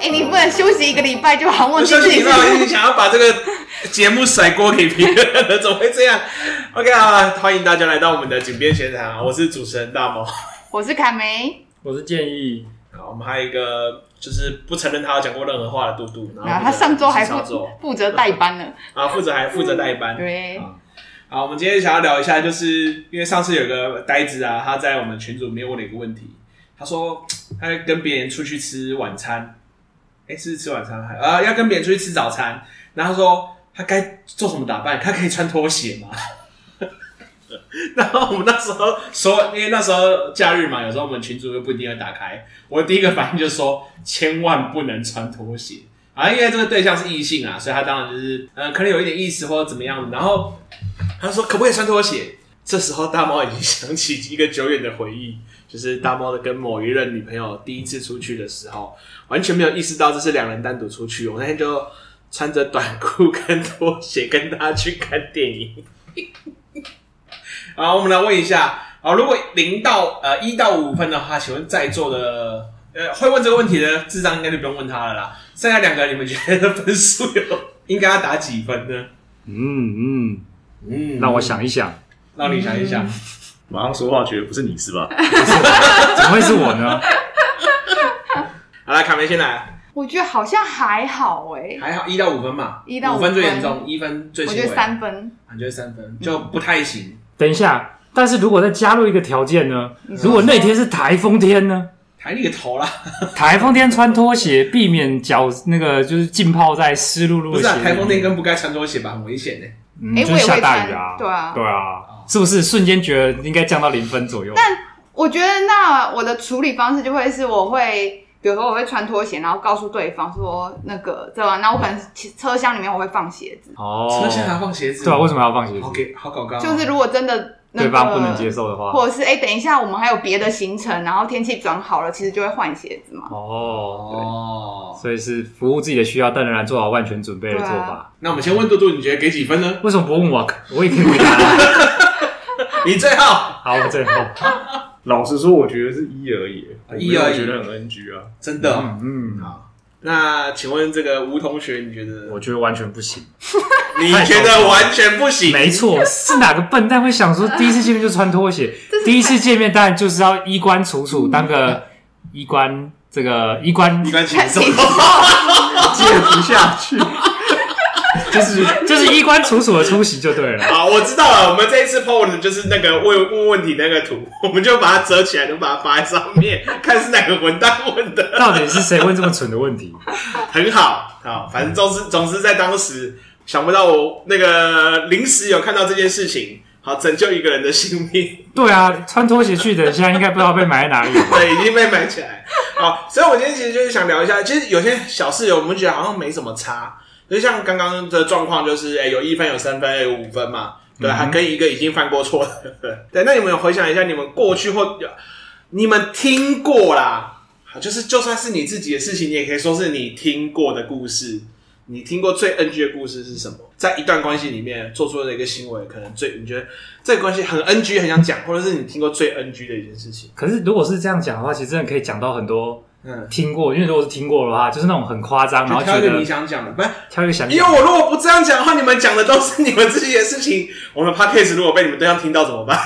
哎、你不能休息一个礼拜就好忘记呃休自己息一是半，我已经想要把这个节目甩锅给别人 了，怎么会这样？OK 好了，欢迎大家来到我们的井边闲谈啊，我是主持人大毛。我是卡梅，我是建议，好，我们还有一个就是不承认他有讲过任何话的嘟嘟，然后然后啊他上周还负负嗯负责代班呢。啊负责还负责代班，对，好，我们今天想要聊一下，就是因为上次有个呆子啊，他在我们群组里面问了一个问题，他说他跟别人出去吃晚餐，哎、是吃晚餐还呃要跟别人出去吃早餐，然后他说他该做什么打扮？他可以穿拖鞋吗？ 然后我们那时候说，因为那时候假日嘛，有时候我们群组又不一定要打开，我第一个反应就是说，千万不能穿拖鞋。啊，因为这个对象是异性啊，所以他当然就是，呃，可能有一点意思或者怎么样。然后他说可不可以穿拖鞋？这时候大猫已经想起一个久远的回忆，就是大猫的跟某一任女朋友第一次出去的时候，完全没有意识到这是两人单独出去。我那天就穿着短裤跟拖鞋跟他去看电影。好，我们来问一下，好，如果零到呃一到五分的话，请问在座的呃会问这个问题的智商应该就不用问他了啦。剩下两个，你们觉得分数有应该要打几分呢？嗯嗯，嗯让我想一想，让你想一想，马上说话，觉得不是你是吧？怎么会是我呢？好来，卡梅先来，我觉得好像还好哎、还好一到五分嘛， 1到5五分分最严重，一分最我轻微，觉得三分。啊，你觉得三分就不太行， 等一下，但是如果再加入一个条件呢？嗯如果那天是台风天呢？抬你个头啦！台风天穿拖鞋，避免脚那个就是浸泡在湿漉漉不是的鞋啊，里。台风天跟不该穿拖鞋吧，很危险呢。嗯哎就我是也下会大雨穿啊，对啊对啊，是不是瞬间觉得应该降到零分左右？我觉得那我的处理方式就会是，我会比如说我会穿拖鞋，然后告诉对方说那个对吧？那我可能车厢里面我会放鞋子，哦，车厢还要放鞋子，对啊，为什么要放鞋好子？给好搞刚，就是如果真的那对个方不能接受的话，或者是哎、等一下我们还有别的行程，然后天气转好了，其实就会换鞋子嘛。哦，哦。所以是服务自己的需要，但仍然做好万全准备的做对法啊。那我们先问嘟嘟，你觉得给几分呢？为什么不问我？ 我也可以回答。你最好好，我最 后，老实说，我觉得是一而已，我没有一而已觉得很 NG 啊。真的哦。嗯，好，那请问这个吴同学，你觉得我觉得完全不行。你觉得完全不行？没错，是哪个笨蛋会想说第一次见面就穿拖鞋？第一次见面当然就是要衣冠楚楚，当个衣冠这个衣冠你关起手。 接不下去，就是就是衣冠楚楚的出席就对了。 好，我知道了。我们这一次 PO 的就是那个问问问题那个图， 我们就把它折起来，就把它发在上面，看是哪个混蛋问的。 到底是谁问这么蠢的问题？很好，好，反正总之总之在当时想不到我那个临时有看到这件事情，好拯救一个人的性命，对啊，穿拖鞋去的人现在应该不知道被埋在哪里。对，已经被埋起来。好，所以我今天其实就是想聊一下，其实有些小事我们觉得好像没什么差，就像刚刚的状况，就是哎、有一分、有三分、有五分嘛，对，还跟一个已经犯过错的 人。对，那你们有回想一下，你们过去或你们听过啦。好，就是就算是你自己的事情，你也可以说是你听过的故事。你听过最 NG 的故事是什么？在一段关系里面做出的一个行为，可能最你觉得这个关系很 NG，很想讲，或者是你听过最 NG 的一件事情。可是如果是这样讲的话，其实真的可以讲到很多嗯，听过，因为如果是听过的话，就是那种很夸张，然后就觉挑一个得你哎想讲的，不是？挑一个想因为我如果不这样讲的话，你们讲的都是你们自己的事情。我们 podcast 如果被你们对象听到怎么办？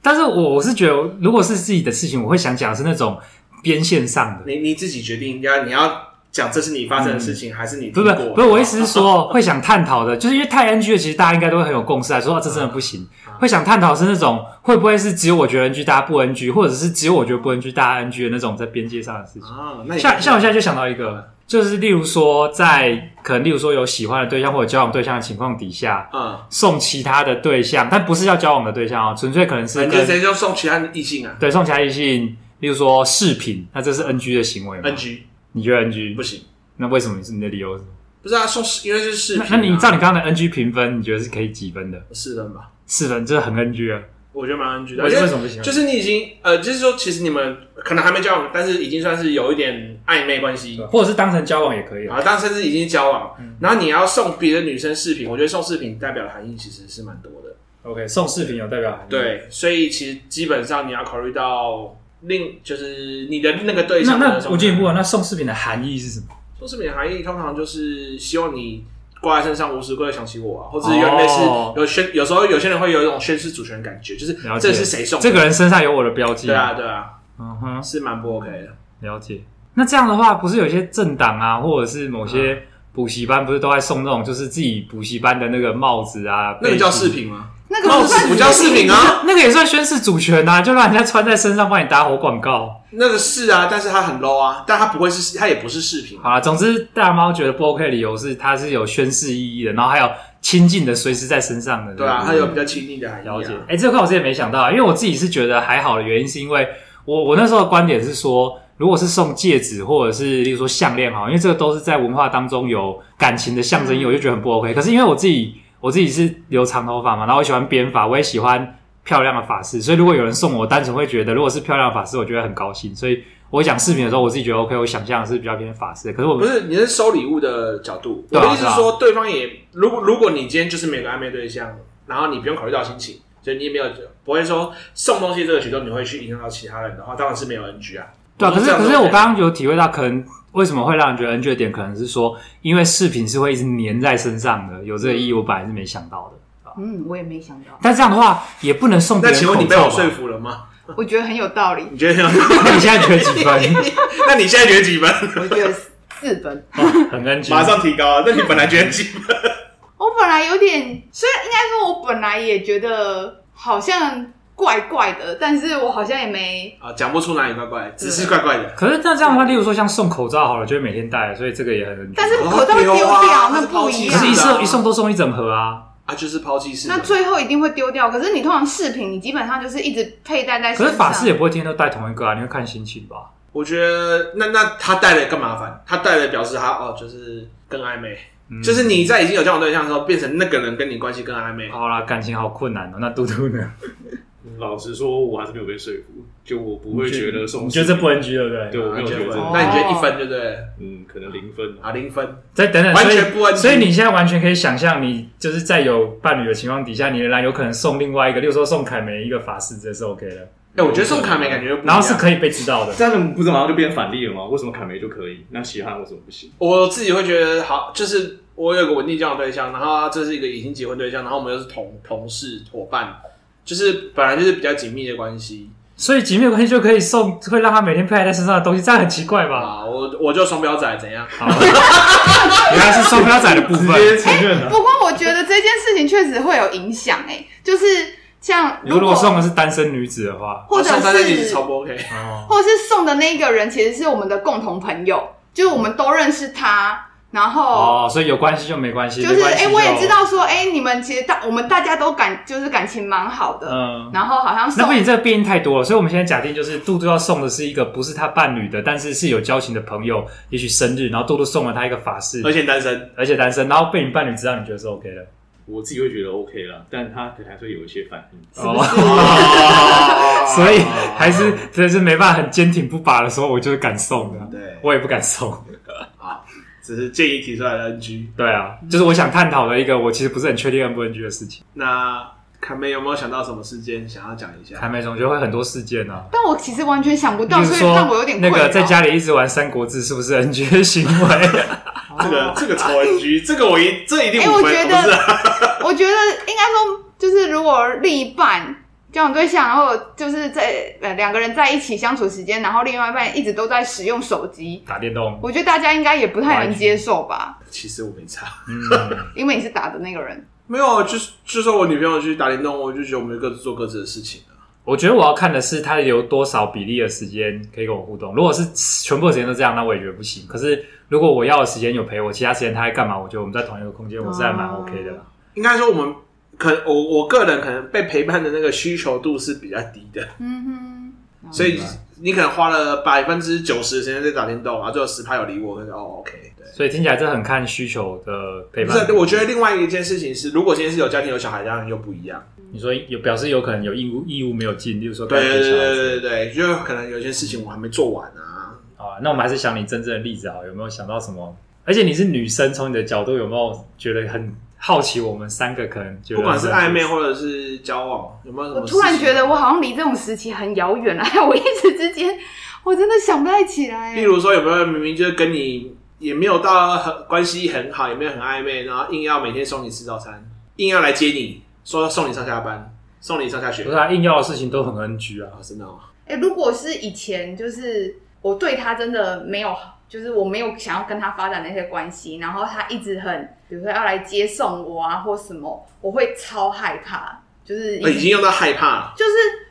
但是我我是觉得，如果是自己的事情，我会想讲的是那种边线上的，你你自己决定要你要讲这是你发生的事情，还嗯是你不听是过？不是不是，我意思是说，会想探讨的，就是 因为太 NG 的，其实大家应该都会很有共识来说，啊这真的不行。会想探讨是那种会不会是只有我觉得 NG，大家不 NG，或者是只有我觉得不 NG，大家 NG 的那种在边界上的事情。啊，那你像像我现在就想到一个，就是例如说，在可能例如说有喜欢的对象或者交往对象的情况底下，嗯，送其他的对象，但不是要交往的对象哦，纯粹可能是你就直跟接就送其他的异性啊对送其他异性，例如说饰品，那这是 NG 的行为吗，NG 你觉得 NG 不行。那为什么是你的理由是什么？不是啊，送因为是视频、啊那那你照你刚刚的 NG 评分，你觉得是可以几分的？四分吧？四分，这很 NG 啊！我觉得蛮 NG 的，为因为为什么不行？就是你已经呃，就是说其实你们可能还没交往，但是已经算是有一点暧昧关系或者是当成交往也可以啊。啊，但甚至已嗯经交往，然后你要送别的女生饰品，我觉得送饰品代表的含义其实是蛮多的。 OK，送饰品有代表含义。，对，所以其实基本上你要考虑到另就是你的那个对那象那我进一步不问，那送饰品的含义是什么？送饰品的含义通常就是希望你挂在身上无时无刻地想起我啊，或者有点类似哦有宣，有时候有些人会有一种宣誓主权的感觉，就是了解这是谁送的？这个人身上有我的标记。对啊，对啊，嗯哼，是蛮不 OK 的。了解。那这样的话，不是有些政党啊，或者是某嗯些补习班，不是都在送那种就是自己补习班的那个帽子啊？那个叫被子饰品吗？那个帽不算子不叫饰品啊，那个也算宣示主权啊，就让人家穿在身上帮你打火广告。那个是啊，但是它很 low 啊，但它不会是，它也不是饰品。好啦，总之大猫觉得不 OK 的理由是它是有宣示意义的，然后还有亲近的随时在身上的。对啊，不它有比较亲密的含义、啊。嗯了解。哎、这块我之前没想到啊，因为我自己是觉得还好的原因，是因为我我那时候的观点是说，如果是送戒指或者是例如说项链哈，因为这个都是在文化当中有感情的象征意义，我就觉得很不 OK。可是因为我自己我自己是留长头发嘛，然后我喜欢编发，我也喜欢漂亮的发饰，所以如果有人送我，我单纯会觉得如果是漂亮的发饰，我觉得很高兴。所以我讲饰品的时候，我自己觉得 OK，我想象的是比较偏发饰的。可是我不是，你是收礼物的角度。对我啊的意思是说，对方也，如果如果你今天就是每个暧昧对象，然后你不用考虑到心情，所以你也没有不会说送东西这个举动你会去影响到其他人的话，当然是没有 NG 啊。对啊，可我是这样可说是我的刚刚有体会到，可能为什么会让人觉得 NG 的点，可能是说，因为饰品是会一直粘在身上的，有这个意义，我本来是没想到的。啊嗯，我也没想到，但这样的话，也不能送别那人请口问你被罩我吧 说？服了吗？我觉得很有道理，你觉得？ 那你现在觉得几分？那你现在觉得几分？我觉得四分。很 NG。马上提高啊。那你本来觉得几 分？ 我本来有点，虽然应该说，我本来也觉得好像怪怪的，但是我好像也没啊，讲不出哪里怪怪，只是怪怪的。可是那这样的话，例如说像送口罩好了，就会每天戴，所以这个也很 NG。 但是哦口罩丢丢掉、啊那不一这可样是抛一弃式送的啊。一送都送一整盒啊。啊，就是抛弃式的。那最后一定会丢掉，可是你通常饰品，你基本上就是一直佩戴哎在身可上。啊是法式也不会天天都戴同一个啊，你会看心情吧？我觉得那那他带了更麻烦，他带了表示他哦，就是更暧昧，就是你在已经有交往对象的时候，变成那个人跟你关系更暧昧。好啦，感情好困难哦。那嘟嘟呢？老实说，我还是没有被说服，就我不会觉得送你饰觉得品，这不 NG 对不对？对我没有觉得这哦个，那你觉得一分对不对？嗯，可能零分啊。啊，零分。再等等，完所以全不 NG 所以你现在完全可以想象，你就是在有伴侣的情况底下，你仍然有可能送另外一个，例如说送凯梅一个法式，这是 OK 的，哎、我觉得送卡没感觉就不一样然后是可以被知道的。这样子不是马上就变反例了吗？为什么凯梅就可以，那其他人为什么不行？我自己会觉得好，就是我有个稳定交往对象，然后他这是一个已经结婚对象，然后我们又是同同事伙伴，就是本来就是比较紧密的关系所以姐妹关系就可以送，会让他每天佩戴在身上的东西，这样很奇怪 吧？啊。我我就双标仔怎样？好，原来是双标仔的部直分。哎接承认啊了。不过我觉得这件事情确实会有影响，哎，就是像你如果送的是单身女子的话，或者送大家一起是超不 OK。哦，或者是送的那一个人其实是我们的共同朋友，就是我们都认识他，然后哦，所以有关系就没关系，就没是关哎、系哦诶我也知，道说哎、诶你们其实大我们大家都感就是感情蛮好的，嗯。然后好像 那送不，你这个变因太多了，所以我们现在假定就是杜杜要送的是一个不是他伴侣的，但是是有交情的朋友，也许生日，然后杜杜送了他一个法式，而且 单身，而且单身，然后被你伴侣知道，你觉得是 OK 的？我自己会觉得 OK 啦，但他可能还是会有一些反应。是 不是？哦啊 所以还是真的是没办法很坚挺不拔的时候，我就是敢送的，对，我也不敢送。只是建议提出来的 NG。对啊，就是我想探讨的一个我其实不是很确定 N 不 NG 的事情。那凯妹有没有想到什么事件想要讲一下？台媒总觉得会很多事件啊，但我其实完全想不比到，如啊所以让我有说点那困扰。哎个在家里一直玩三国志是不是 NG 的行为？ 这个这个丑闻局，这个我一这一定哎、五我分，觉不是啊得， 我觉得应该说，就是如果另一半交往对象，然后就是在呃两个人在一起相处时间，然后另外一半一直都在使用手机，打电动，我觉得大家应该也不太能接受吧，其实我没差，嗯，因为你是打的那个人。 没有，啊就是就算我女朋友去打电动，我就觉得我们各自做各自的事情啊。我觉得我要看的是他有多少比例的时间可以跟我互动。如果是全部的时间都这样，那我也觉得不行。可是如果我要的时间有陪我，其他时间他在干嘛？我觉得我们在同一个空间，我是还蛮哦 OK 的啦。应该说我们可我我个人可能被陪伴的那个需求度是比较低的，嗯哼，所以明白你可能花了百分之九十的时间在打电动，然后最后十趴有理我，那就哦 OK，对。所以听起来这很看需求的陪不伴。是，我觉得另外一件事情是，如果今天是有家庭有小孩，当然又不一样。你说有表示有可能有义务义务没有尽，例如说对该对给小孩对子对对对，就是可能有些事情我还没做完啊。好啊，那我们还是想你真正的例子啊，有没有想到什么？而且你是女生，从你的角度有没有觉得很好奇我们三个可能觉得不管是很暧昧或者是交往，有没有什么我事情？突然觉得我好像离这种时期很遥远了， 还有我一时之间，我真的想不太起来。啊例如说，有没有人明明就是跟你也没有到很关系很好，也没有很暧昧，然后硬要每天送你吃早餐，硬要来接你，说送你上下班，送你上下学不是啊他硬要的事情都很 NG 啊。啊，真的哦，哎、如果是以前，就是我对他真的没有，就是我没有想要跟他发展那些关系，然后他一直很，比如说要来接送我啊，或什么，我会超害怕，就是呃已经用到害怕了，就是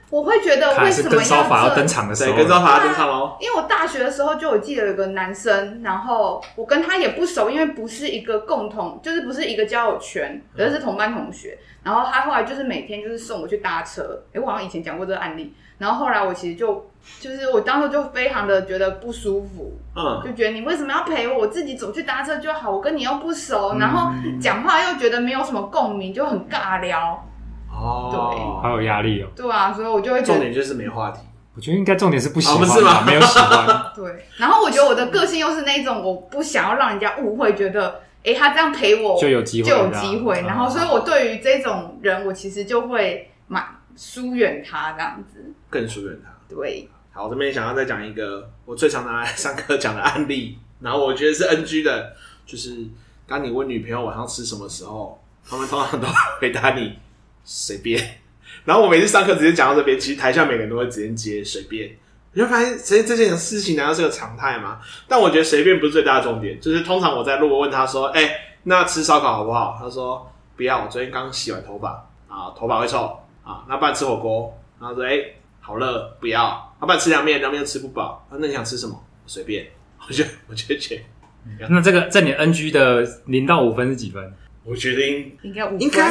我会觉得看为来什是么跟烧法要要这登场的时对，候，跟招法登场喽。因为我大学的时候就有记得有一个男生，然后我跟他也不熟，因为不是一个共同，就是不是一个交友圈，而是同班同学。然后他后来就是每天就是送我去搭车，诶，我好像以前讲过这个案例。然后后来我其实就就是我当时就非常的觉得不舒服，嗯，就觉得你为什么要陪我？我自己走去搭车就好，我跟你又不熟，嗯然后讲话又觉得没有什么共鸣，就很尬聊，好哦，有压力哦。对啊，所以我就会觉重得点就是没话题，我觉得应该重点是不喜欢哦不是吧，吗 没有 喜欢。对，然后我觉得我的个性又是那种我不想要让人家误会，觉得诶他这样陪我就有机会就有这样机会，嗯然后所以我对于这种人，我其实就会蛮疏远他这样子。更疏远他。对，好，我这边想要再讲一个我最常拿来上课讲的案例，然后我觉得是 NG 的，就是当你问女朋友晚上吃什么时候，他们通常都会回答你随便。然后我每次上课直接讲到这边，其实台下每个人都会直接接随便。你会发现，其实这件事情难道是个常态吗？但我觉得随便不是最大的重点，就是通常我在如果问他说：“哎、那吃烧烤好不好？”他说：“不要，我昨天刚洗完头发啊，头发会臭啊。”那不然吃火锅，然后说：“哎、好热，不要。啊”不然吃凉面，凉面又吃不饱。啊，那你想吃什么？随便。 我就我就觉得，那这个在你 NG 的零到五分是几分？我决定应该五分应该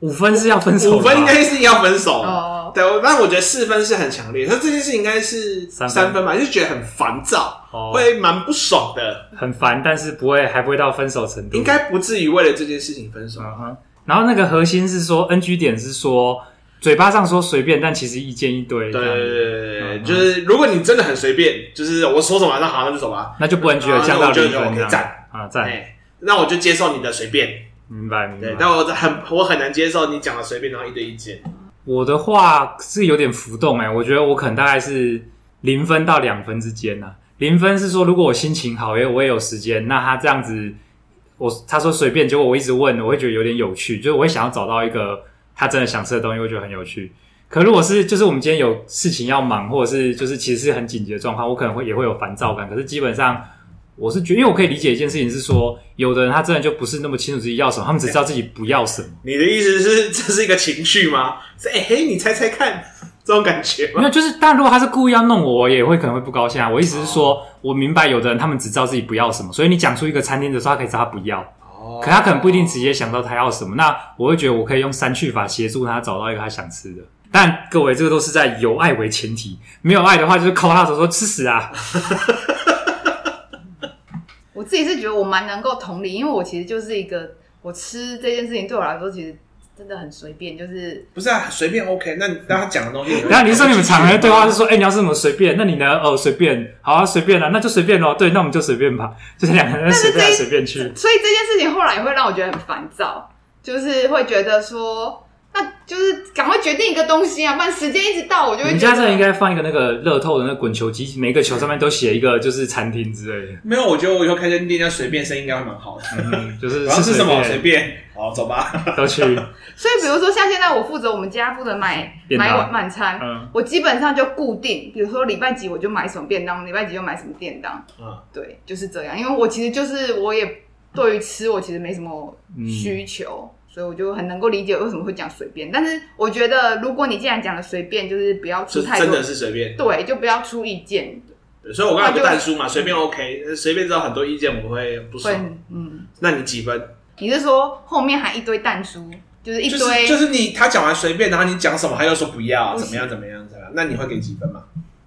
五分是要分手的吧，五分应该是要分手了。哦，对，我但我觉得四分是很强烈，那这件事应该是三分三分吧，就是觉得很烦躁，哦会蛮不爽的，很烦，但是不会还不会到分手程度。应该不至于为了这件事情分手。嗯哼。然后那个核心是说 NG 点是说嘴巴上说随便，但其实意见一堆。对对对对对，嗯就是如果你真的很随便，就是我说什么那好，那就走吧，那就不 NG 啊了，那降到我就零觉得分这 OK，样。赞啊赞，哎，那我就接受你的随便。明白明对，白。但我很我很难接受你讲的随便，然后一堆意见。我的话是有点浮动哎、我觉得我可能大概是零分到两分之间呐、啊。零分是说，如果我心情好，因为我也有时间，那他这样子，我他说随便，结果我一直问，我会觉得有点有趣，就是我会想要找到一个他真的想吃的东西，我会觉得很有趣。可如果是就是我们今天有事情要忙，或者是就是其实是很紧急的状况，我可能会也会有烦躁感。可是基本上我是觉得，因为我可以理解一件事情是说，有的人他真的就不是那么清楚自己要什么，他们只知道自己不要什么。你的意思是这是一个情绪吗？是哎、嘿，你猜猜看，这种感觉吗？没有，就是，但如果他是故意要弄我，我也会可能会不高兴啊。我意思是说，我明白有的人他们只知道自己不要什么，所以你讲出一个餐厅的时候，他可以知道他不要，哦可他可能不一定直接想到他要什么。那我会觉得我可以用删去法协助他找到一个他想吃的。但各位，这个都是在有爱为前提，没有爱的话就是抠他的手说吃屎啊！我自己是觉得我蛮能够同理，因为我其实就是一个我吃这件事情对我来说其实真的很随便，就是不是啊，随便 OK 那。那他讲的东西会，然后你是说你们常人对话是说，哎、你要吃什么随便？那你呢？哦，随便，好啊，随便啊，那就随便咯。对，那我们就随便吧，就是两个人随便来随便去。所以这件事情后来也会让我觉得很烦躁，就是会觉得说，那就是赶快决定一个东西啊，不然时间一直到，我就你会们觉家得这应该放一个那个乐透的那个滚球机，每个球上面都写一个就是餐厅之类的，没有，我觉得我以后开间店叫随便，生意应该会蛮好的。嗯，就是我要吃什么随便便，好走吧。都去，所以，比如说像现在我负责我们家负责买便当买晚晚餐，嗯，我基本上就固定，比如说礼拜几我就买什么便当，礼拜几就买什么便当，嗯对，就是这样。因为我其实就是我也对于吃我其实没什么需求，所以我就很能够理解为什么会讲随便。但是我觉得，如果你既然讲了随便，就是不要出是太真多的，是随便，对，就不要出意见，所以我刚才有个淡书嘛，随便 OK，呃随便知道很多意见我会不会爽。嗯，那你几分？你是说后面还一堆蛋叔，就是一就堆、是就是你他讲完随便，然后你讲什么，他又说不要，不怎行么样怎么样怎么样？那你会给几分嘛？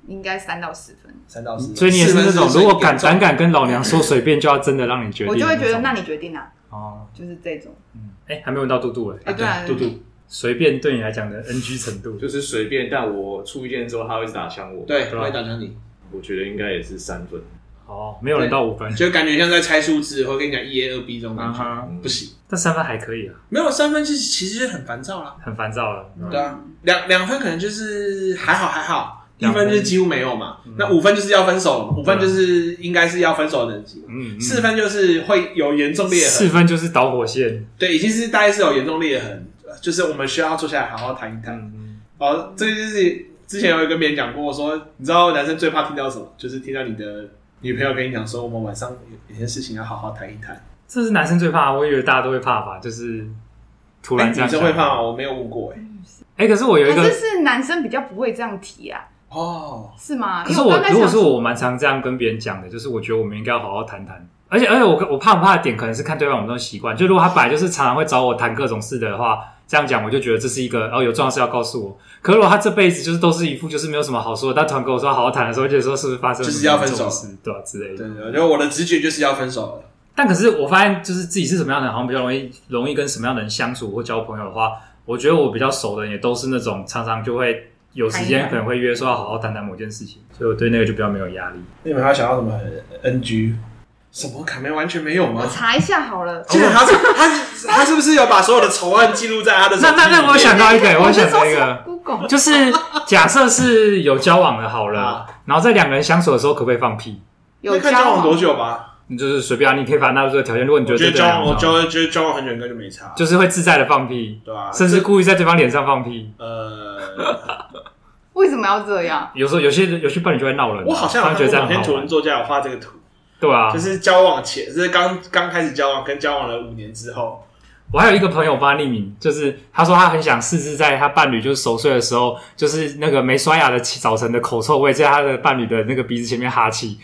应该三到四分，三到四，所以你也是四分那种最如果敢严重胆敢跟老娘说随便，就要真的让你决定我的就种，会觉得那你决定啊，哦，就是这种。嗯，哎、还没问到嘟嘟哎、哎对啊嘟嘟随便对你来讲的 NG 程度，就是随便，但我出意见之后，他会一直打枪我。，对，我会打枪你，我觉得应该也是三分。哦，没有人到五分，就感觉像在猜数字，或跟你讲一 A 二 B 这种感啊觉，哈，嗯不行。但三分还可以啊，没有三分其实其实很烦躁啦。很烦躁了。对啊，两两分可能就是还好还好，一两分嗯分就是几乎没有嘛。那五分就是要分手了嘛，五分就是应该是要分手的等级嘛。嗯，嗯四分就是会有严重裂四痕，分就是导火线。对，已经是大概是有严重裂痕，就是我们需要坐下来好好谈一谈。嗯，哦，这就是之前有跟别人讲过，我说你知道男生最怕听到什么？就是听到你的女朋友跟你讲说，我们晚上有有些事情要好好谈一谈。这是男生最怕，我以为大家都会怕吧，就是突哎，然这女样。生会怕？吗？我没有问过哎、哎，可是我有一可个是，是男生比较不会这样提啊，哦，是吗？可因是为我啊刚才如果想是我，我蛮常这样跟别人讲的，就是我觉得我们应该要好好谈谈。而且而且我我怕不怕的点可能是看对方有没有习惯，就如果他本来就是常常会找我谈各种事的话，这样讲我就觉得这是一个哦有重要事要告诉我。可如果他这辈子就是都是一副就是没有什么好说的，但突然跟我说好好谈的时候，我就觉得说是不是发生了就是要什么分手重事对吧、之类的。对，我觉得我的直觉就是要分手了。但可是我发现，就是自己是什么样的人，好像比较容易容易跟什么样的人相处或交朋友的话，我觉得我比较熟的人也都是那种常常就会有时谈一间谈可能会约说要好好谈谈某件事情，所以我对那个就比较没有压力。那你们还有想到什么 NG？什么卡梅完全没有我 吗？查一下好了。记得他是 他是他是不是有把所有的仇恨记录在他的手那机里那面？那我想到一个，我我想是说到一个， Google 就是假设是有交往的好了啊，然后在两个人相处的时候，可不可以放屁？有那看交往多久吧？你就是随便啊，你可以把它纳入这个条件。如果你觉我得觉得这对交往很我好，交觉得交啊往很久应该就没差，就是会自在的放屁，对吧？甚至啊故意在对方脸上放屁。呃，为什么要这 样？有时候有些有些伴侣就会闹人啊，我好像他有们觉看过得这样某天很好图玩文，作家有画这个图，对啊，就是交往前，就是刚刚开始交往跟交往了五年之后，我还有一个朋友帮他匿名，就是他说他很想试试在他伴侣就是熟睡的时候，就是那个没刷牙的早晨的口臭味，在他的伴侣的那个鼻子前面哈气。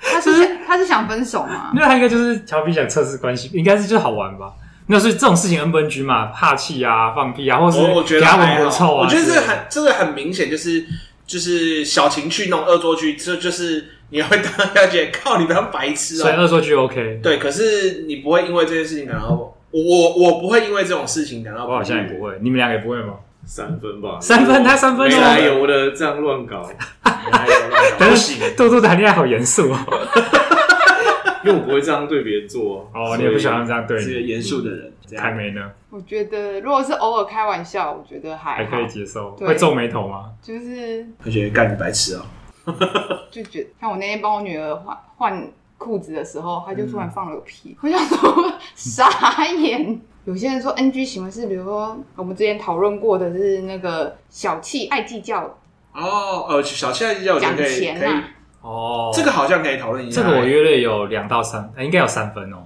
他是他是想分手吗？另外一个就是调皮想测试关系，应该是就是好玩吧。那所以这种事情 N 不 N G 嘛，哈气啊、放屁啊，或是我我觉给得他还好闻狐臭啊，我觉得这之类个的很这个很明显就是就是小情趣那种恶作剧，这就是你会 当下觉得靠你不要白痴所以哦、恶作剧 OK。对，可是你不会因为这件事情感到我我我不会因为这种事情感到我好像也不不会，你们俩也不会吗？三分吧，三分他三分哦没来由的这样乱搞，会，不行，豆豆谈恋爱好严 肃哦。因为我不会这样对别人做啊。哦，你也嗯不喜欢这样对是个你，严肃的人，这凯样梅呢？我觉得如果是偶尔开玩笑，我觉得还还好可以，接受，对会皱眉头吗？就是会觉得干你白痴哦、就觉得，像我那天帮我女儿换换裤子的时候，她就突然放了个屁， 我想说傻眼。有些人说 NG 行为是，比如说我们之前讨论过的是那个小气、爱计较、哦，呃，小现在我觉得讲可以钱可以啊，，哦，这个好像可以讨论一下。欸这个我约略有两到三，呃应该有三分哦。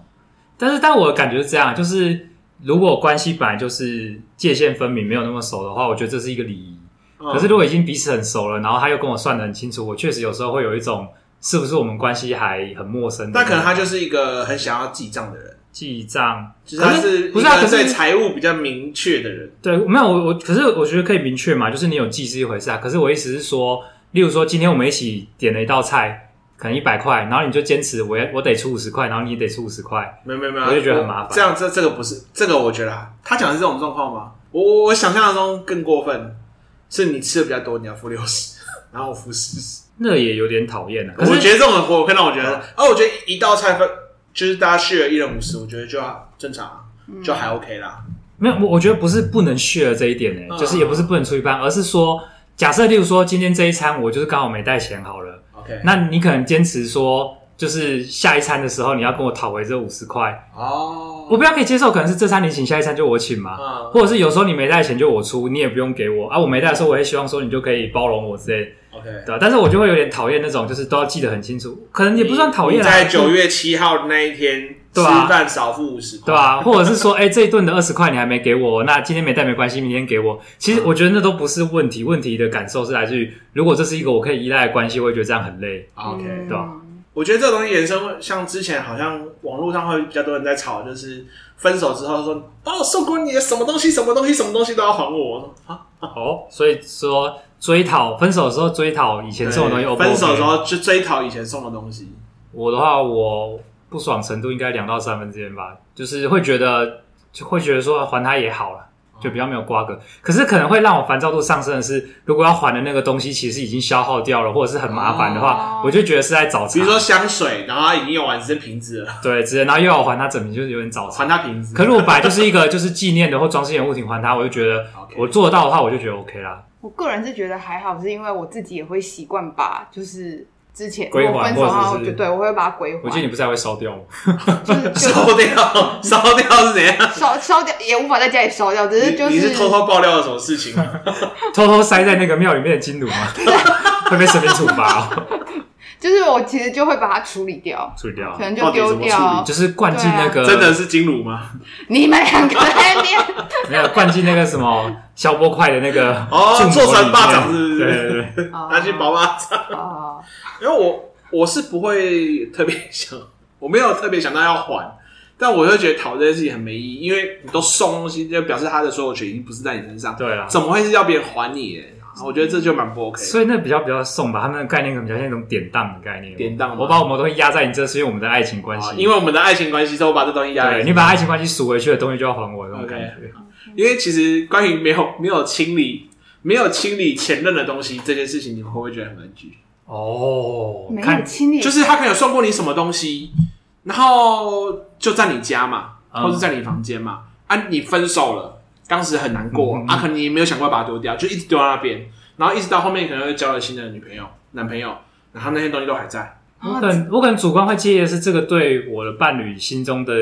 但是，但我的感觉是这样，就是如果关系本来就是界限分明，没有那么熟的话，我觉得这是一个礼仪。嗯可是，如果已经彼此很熟了，然后他又跟我算的很清楚，我确实有时候会有一种是不是我们关系还很陌生的但那种记账。可能他就是一个很想要记账的人，记账，就是他可是不是啊？一可个对是财务比较明确的人。对，没有我我，可是我觉得可以明确嘛，就是你有记是一回事啊。可是我意思是说，例如说今天我们一起点了一道菜，可能一百块，然后你就坚持我要我得出五十块，然后你也得出五十块，没有没有没有，我就觉得很麻烦这样这这个不是这个，我觉得啊他讲的是这种状况吗？我我我想象中更过分，是你吃的比较多，你要付六十， 然后我付四十。那也有点讨厌啊。可我是觉得这种我会让我觉得，啊，我觉得一道菜分就是大家 share 一人五十，我觉得就要正常啊，嗯就还 OK 啦。没有，我我觉得不是不能 share 这一点呢、嗯就是也不是不能出一半，而是说，假设例如说今天这一餐我就是刚好没带钱好了， OK，那你可能坚持说，就是下一餐的时候你要跟我讨回这五十块，哦，我不要可以接受，可能是这餐你请，下一餐就我请嘛，啊或者是有时候你没带钱就我出，你也不用给我啊，我没带的时候我也希望说你就可以包容我之类的， ，OK，对吧、但是我就会有点讨厌那种，就是都要记得很清楚，可能也不算讨厌你啊，在就是九月七号那一天吃对啊饭少付五十，对吧、或者是说，哎、这一顿的二十块你还没给我，那今天没带没关系，明天给我。其实我觉得那都不是问题，问题的感受是来自于，如果这是一个我可以依赖的关系，我会觉得这样很累。 ？OK，嗯对吧我觉得这个东西延伸会，像之前好像网络上会比较多人在吵，就是分手之后说，哦，送过你的什么东西，什么东西，什么东西都要还我。我说啊，哦，所以说追讨分手的时候追讨以前送的东西对 O 不 OK，分手之后就追讨以前送的东 西。我的话，我不爽程度应该两到三分之间吧，就是会觉得就会觉得说还他也好了，哦就比较没有瓜葛。可是可能会让我烦躁度上升的是，如果要还的那个东西其实已经消耗掉了，或者是很麻烦的话，哦我就觉得是在找茬。比如说香水，然后它已经用完，只剩瓶子 了，对，直接然后又要我还它整名，就是有点找茬还。它瓶子。可是我本来就是一个就是纪念的或装饰性的物品还它，我就觉得 OK 我做得到的话，我就觉得 OK 啦。我个人是觉得还好，是因为我自己也会习惯把就是之前归还我分手或者后是就对我会把它归还，我记得你不是还会烧掉吗？就是就烧掉，烧掉是怎样？烧烧掉也无法在家里烧掉，只是 就你你是偷偷爆料了什么事情吗？偷偷塞在那个庙里面的金炉吗？ 会被神明处罚哦、就是我其实就会把它处理掉，处理掉可，能就啊到底丢怎么处掉理。就是灌进那个、真的是金乳吗？你们两个在那边。没有灌进那个什么消波块的那个哦镜头做成里面巴掌是不是对对对， 拿去哦保马掌。啊，因为我我是不会特别想，我没有特别想到要还，但我就觉得讨这件事情很没意义，因为你都送东西，就表示他的所有权已经不是在你身上，对啊怎么会是要别人还你耶？我觉得这就蛮不 OK 的。所以那比较比较送吧，他们的概念可能比较像一种典当的概念。典当吗我把我们东西压在你这，是因为我们的爱情关啊系。因为我们的爱情关系，所以我把这东西压对在你把爱情关系赎回去的东西就要还我，那种感觉。因为其实关于没有没有清理没有清理前任的东西这件事情，你会不会觉得很难举？哦没，有看清理，就是他可能有送过你什么东西，然后就在你家嘛，嗯或是在你房间嘛，啊，你分手了，当时很难过，嗯啊，可能你也没有想过要把它丢掉，就一直丢在那边，然后一直到后面可能会交了新的女朋友、男朋友，然后那些东西都还在，啊我啊可能我可能主观会介意的是这个对我的伴侣心中的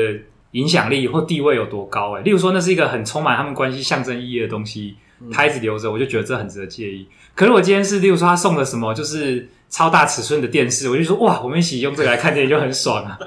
影响力或地位有多高、欸。例如说，那是一个很充满他们关系象征意义的东西，他一直留着，我就觉得这很值得介意。可是我今天是，例如说他送了什么，就是超大尺寸的电视，我就说哇，我们一起用这个来看电影就很爽啊。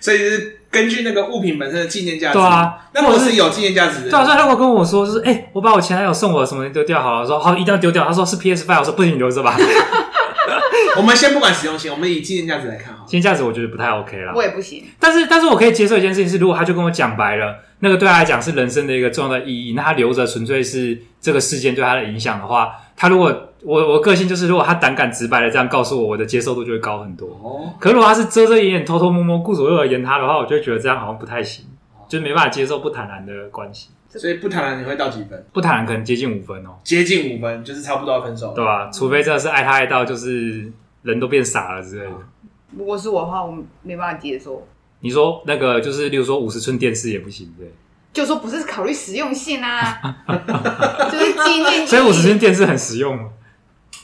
所以是根据那个物品本身的纪念价值，对啊那如果是有纪念价值的，对啊，所以他如果跟我说，就是哎、欸我把我前男友送我的什么东西丢掉好了，我说好，一定要丢掉。他说是 PS Five，我说不行，你留着吧。 啊我们先不管实用性，我们以纪念价值来看好了今天价值我觉得不太 OK 啦。我也不行，但是，但是我可以接受一件事情是，如果他就跟我讲白了，那个对他来讲是人生的一个重要的意义，那他留着纯粹是这个事件对他的影响的话，他如果我我个性就是，如果他胆敢直白的这样告诉我，我的接受度就会高很多。哦，可如果他是遮遮掩掩、偷偷摸摸、顾左右而言他的话，我就会觉得这样好像不太行，就是没办法接受不坦然的关系。所以不谈了你会到几分？不坦然可能接近五分哦，接近五分，就是差不多要分手了对吧？除非真的是爱他爱到就是人都变傻了之类的。如果是我的话，我没办法接受。你说那个就是，例如说五十寸电视也不行，对。就说不是考虑实用性 啊，就是纪念意义。所以五十寸电视很实用吗？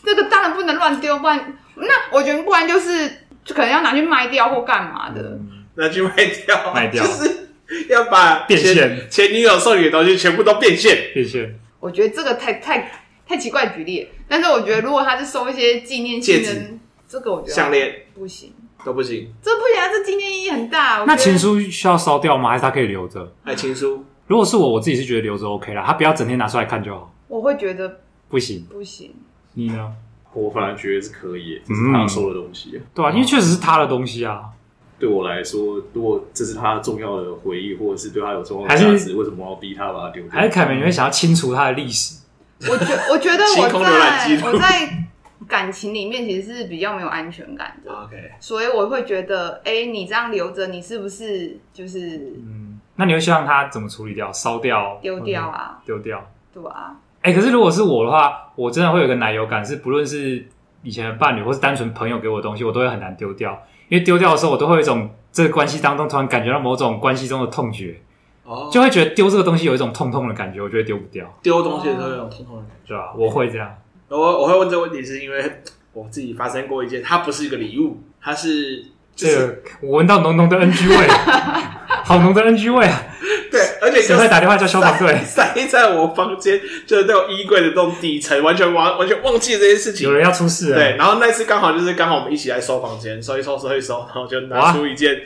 这个当然不能乱丢，不然那我觉得不然就是就可能要拿去卖掉或干嘛嗯的。拿去卖掉， 卖掉就是要把变现前前女友送你的东西全部都变现。谢谢。我觉得这个太太太奇怪的举例了，但是我觉得如果他是收一些纪念性戒的指，这个我觉得项链不行，都不行，这不行啊，这纪念意义很大。我那觉得情书需要烧掉吗？还是他可以留着？还情书，如果是我，我自己是觉得留着 OK 啦，他不要整天拿出来看就好。我会觉得不行，不行。你呢？我反而觉得是可以耶，这是他收的东西耶。对啊，因为确实是他的东西啊。对我来说，如果这是他重要的回忆，或者是对他有重要还的是价值，为什么要逼他把它丢掉？还是凯文，你会想要清除他的历史？我觉我觉得 清我空浏览记在录我在感情里面其实是比较没有安全感的， OK，所以我会觉得，哎、你这样留着，你是不是就是嗯，那你会希望他怎么处理掉？烧掉？嗯丢掉？啊？丢掉？嗯对啊，哎、可是如果是我的话，我真的会有个奶油感，是不论是以前的伴侣或是单纯朋友给我的东西，我都会很难丢掉，因为丢掉的时候，我都会有一种这个关系当中突然感觉到某种关系中的痛觉，哦，就会觉得丢这个东西有一种痛痛的感觉，我就会丢不掉，丢东西的时候有种痛痛的感对吧、我会这样，觉。我我会问这个问题，是因为我自己发生过一件，它不是一个礼物，它是就这是个我闻到浓浓的 NG 味，好浓的 NG 味啊！对，而且谁就会是打电话叫消防队？塞在我房间，就是那种衣柜的那种底层，完全完完全忘记了这件事有情。人要出事啊 了，对，然后那次刚好就是刚好我们一起来收房间，收一收收一收，然后就拿哇出一件，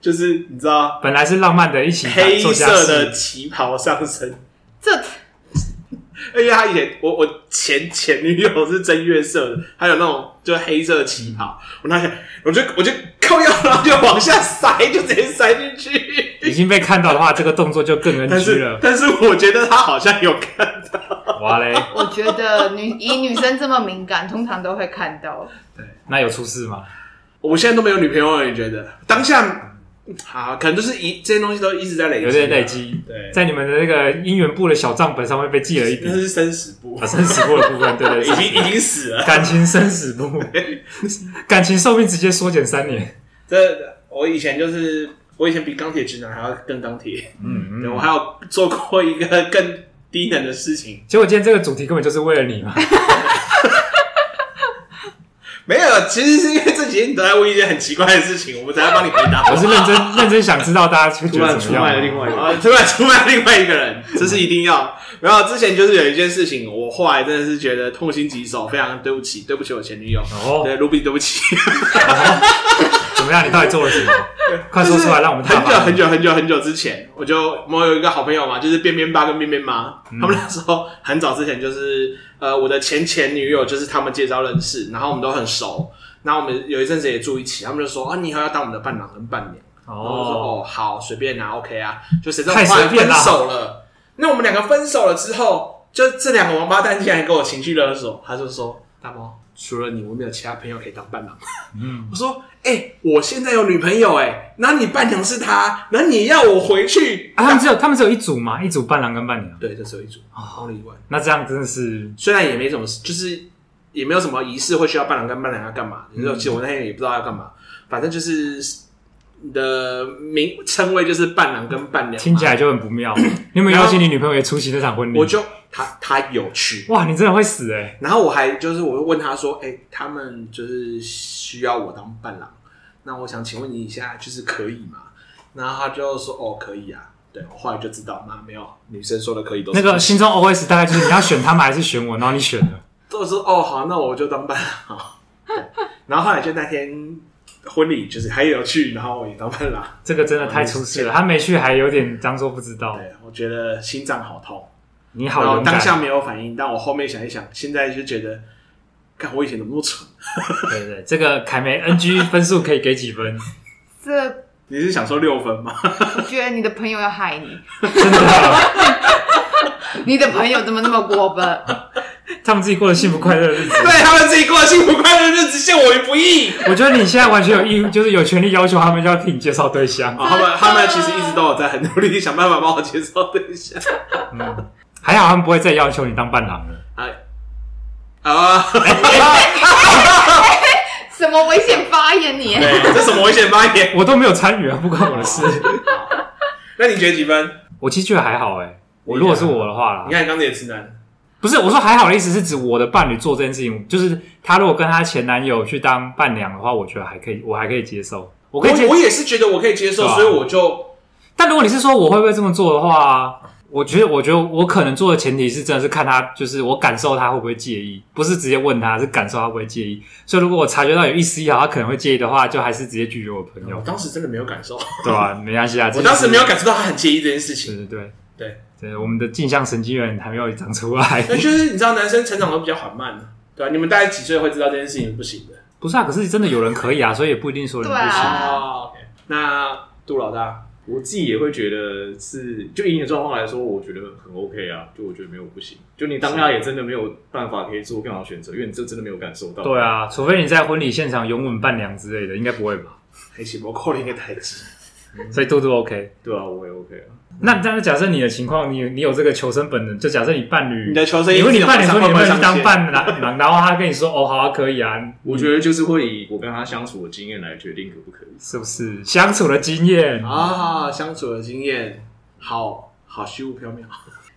就是你知道本来是浪漫的一起黑做家色的事，旗袍上身，这而且他以前我我前前女友是真月色的，还有那种就是黑色的旗袍，嗯我拿起来我就我就靠腰，然后就往下塞，就直接塞进去。已经被看到的话，这个动作就更但 NG 是了。但是我觉得他好像有看到，哇嘞，我觉得女以女生这么敏感，通常都会看到。那有出事吗？ 我现在都没有女朋友了，你觉得当下好，可能就是一这些东西都一直在累积，啊有点累，积，对，在你们的那个姻缘部的小账本上面被记了一笔那。是生死簿啊，，生死簿的部分，对对 已经对，已经死 了。感情生 死簿，感情寿命直接缩减三年。这我以前就是，我以前比钢铁直男还要更钢铁，嗯对我还有做过一个更低能的事情，结果今天这个主题根本就是为了你嘛，没有，其实是因为这几天你都在问一些很奇怪的事情，我们才来帮你回答。我是 认真认真想知道大家会突觉得然怎出么卖了样另嘛。外一个，啊！突然出卖另外一个人，这是一定要。然后之前就是有一件事情，我后来真的是觉得痛心疾首，非常对不起，对不起我前女友，哦，对卢比，对不起。怎么样？你到底做了什么？快说出来，让我们很大久发很久很久很久之前，我就我有一个好朋友嘛，就是边边爸跟边边妈，他们那时候很早之前就是呃，我的前前女友就是他们介绍认识，然后我们都很熟，然后我们有一阵子也住一起，他们就说啊，你以后要当我们的伴郎跟伴娘，然后我就说哦，哦好，随便啊，OK 啊，就谁知道太后来随便分啦手了，那我们两个分手了之后，就这两个王八蛋竟然给我情绪勒索，他就说大猫，除了你，我没有其他朋友可以当伴郎。嗯，我说：“哎、我现在有女朋友哎、那你伴娘是她，那你要我回去？”啊，他们只有他们只有一组嘛，一组伴郎跟伴娘，对，这只有一组，only 哦 one。那这样真的是虽然也没什么，就是也没有什么仪式会需要伴郎跟伴娘要干嘛。嗯你说，其实我那天也不知道要干嘛，反正就是你的名称谓就是伴郎跟伴娘嘛。听起来就很不 妙。你有没有邀请你女朋友也出席那场婚礼？我就他他有去，哇，你真的会死哎！然后我还就是我问他说：“哎、他们就是需要我当伴郎，那我想请问你一下，就是可以吗？”然后他就说：“哦，可以啊。”对，我后来就知道，妈没有女生说的可以都是那个不行心中 OS 大概就是你要选他们还是选我，然后你选了。都是哦好，那我就当伴郎。 对然后后来就那天婚礼就是还有去，然后我也当伴郎。这个真的太出事了，他没去还有点当做不知道。对，我觉得心脏好痛，你然好后勇当敢，下没有反应，但我后面想一想，现在就觉得，看我以前怎么那么蠢？对对对，这个凯梅 NG 分数可以给几分？这你是想说六分吗？我觉得你的朋友要害你， 真的，啊 你的朋友怎么那么过分？他们自己过得幸福快乐的日子。对他们自己过得幸福快乐的日子，陷我于不义。我觉得你现在完全有义务，就是有权利要求他们要替你介绍对象。哦、他们他们其实一直都有在很努力想办法帮我介绍对象嗯，还好他们不会再要求你当伴郎了。啊，什么危险发言你？ 对，这什么危险发言？ 我都没有参与啊，不关我 的事。那你觉得几分？我其实觉得还好哎、我如果是我的话啦你，看钢铁直男，不是我说还好的意思是指我的伴侣做这件事情，就是她如果跟她前男友去当伴娘的话，我觉得还可以，我还可以接受，我我可以接我也是觉得我可以接受，对啊所以我就但如果你是说我会不会这么做的话，我觉得，我觉得我可能做的前提是真的是看他，就是我感受他会不会介意，不是直接问他，是感受他会不会介意。所以如果我察觉到有一丝一毫他可能会介意的话，就还是直接拒绝我朋我友，当时真的没有感受，对吧、没关系啊，哦我当时没有感，感受到他很介意这件事对情。对对对对，我们的镜像神经元还没有长出来。 那就是你知道，男生成长都比较缓慢，对吧、你们大概几岁会知道这件事情是不行的？不是啊，可是真的有人可以啊，所以也不一定说人不行。对啊哦，OK，那杜老大，我自己也会觉得是，就以你的状况来说，我觉得很 OK 啊，就我觉得没有不行，就你当下也真的没有办法可以做更好的选择，因为你这真的没有感受到。对啊，除非你在婚礼现场拥吻伴娘之类的，应该不会吧？黑起我扣了一个台阶。所以嘟嘟 OK。对啊，我也 OK 啊。那但是假设你的情况，你你有这个求生本能，就假设你伴侣你的求生意你志问你有伴没侣有说你上有没有去当上伴郎，然然后他跟你说哦好啊可以啊，我觉得就是会以我跟他相处的经验来决定可不可以。是不是相处的经验？啊，相处的经验，好好虚无缥缈。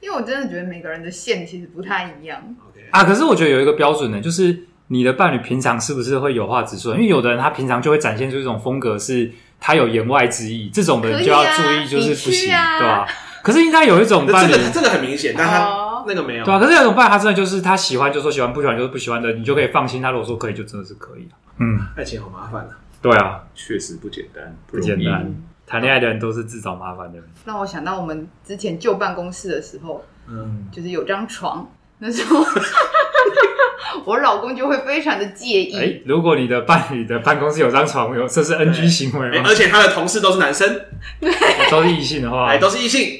因为我真的觉得每个人的线其实不太一样。 OK，啊，可是我觉得有一个标准呢，就是你的伴侣平常是不是会有话直说？因为有的人他平常就会展现出一种风格，是他有言外之意，这种人就要注意，就是不可以行，啊对吧、可是应该有一种那伴这侣，个这个很明显，但他哦那个没有。对啊，可是有一种伴侣他真的就是他喜欢就说喜欢，不喜欢就是不喜欢的，你就可以放心。他如果说可以，就真的是可以啊嗯，爱情好麻烦啊！对啊，确实不简单，不不容易简单。谈恋爱的人都是自找麻烦的人。让我想到我们之前旧办公室的时候，嗯，嗯，就是有张床，那时候 我老公就会非常的介意。哎、如果你的伴侣的办公室有张床，有这是 NG 行为哎，吗？而且他的同事都是男生，都是异性的话哎，，都是异 性。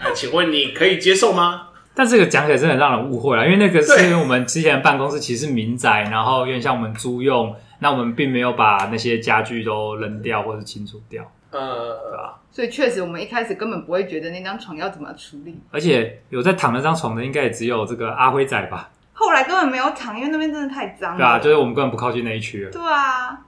哎，请问你可以接受吗？但这个讲起来真的让人误会了，因为那个是对因为我们之前办公室其实是民宅，然后有点像我们租用，那我们并没有把那些家具都扔掉或者清除掉。呃，对吧、啊所以确实我们一开始根本不会觉得那张床要怎么处理，而且有在躺那张床的，应该也只有这个阿辉仔吧？后来根本没有躺，因为那边真的太脏了。对啊，就是我们根本不靠近那一区了，对啊，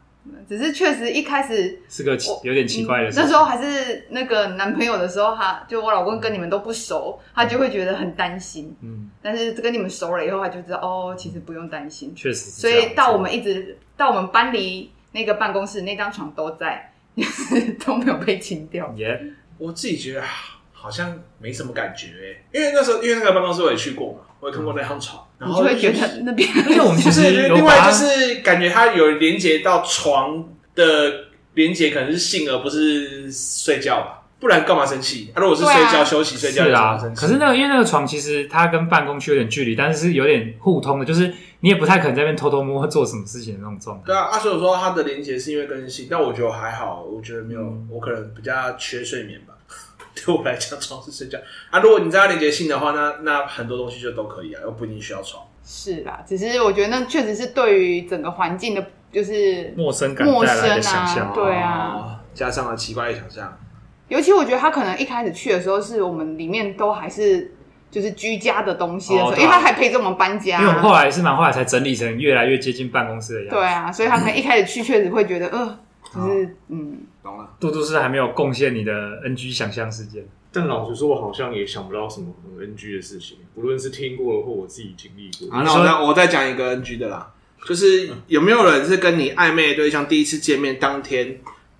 只是确实一开始是个奇我有点奇怪的嗯事那时情。候还是那个男朋友的时候，他就我老公跟你们都不熟，他就会觉得很担心。嗯，但是跟你们熟了以后，他就知道哦，其实不用担心。确实嗯是所这样。以到我们一直到我们搬离那个办公室，那张床都在，就是都没有被清掉。耶，我自己觉得啊好像没什么感觉、欸，因为那时候因为那个办公室我也去过嘛，我也看过那张床，嗯然你后就会觉得那边而且我们 就其是实有另外把就是感觉它有连接到床的连接，可能是性而不是睡觉吧，不然干嘛生气？啊、如果是睡觉、对啊休息睡觉，是干嘛啊生，气？可是那个因为那个床其实它跟办公区有点距离，但是是有点互通的，就是你也不太可能在那边偷偷摸摸做什么事情的那种状态对。啊，啊，所以我说它的连接是因为跟性，但我觉得我还好，我觉得没有，嗯我可能比较缺睡眠吧。 对我来讲，床是睡觉啊。如果你知道它连接性的话，那那很多东西就都可以啊，又不一定需要床。 是啦，只是我觉得那确实是对于整个环境的，就是陌生感带来的陌生想啊象，对哦，加上了奇怪的想象，尤其我觉得他可能一开始去的时候，是我们里面都还是就是居家的东西的时候，哦对啊因为他还陪着我们搬家因为我们后。来是蛮后来才整理成越来越接近办公室的样子。对啊，所以他可能一开始去确实会觉得，呃，就是嗯，懂了。杜杜是还没有贡献你的 NG 想象世界，但老实说，我好像也想不到什么很 NG 的事情，不论是听过的或我自己经历过。啊，那我那我再讲一个 NG 的啦，就是有没有人是跟你暧昧的对象第一次见面当天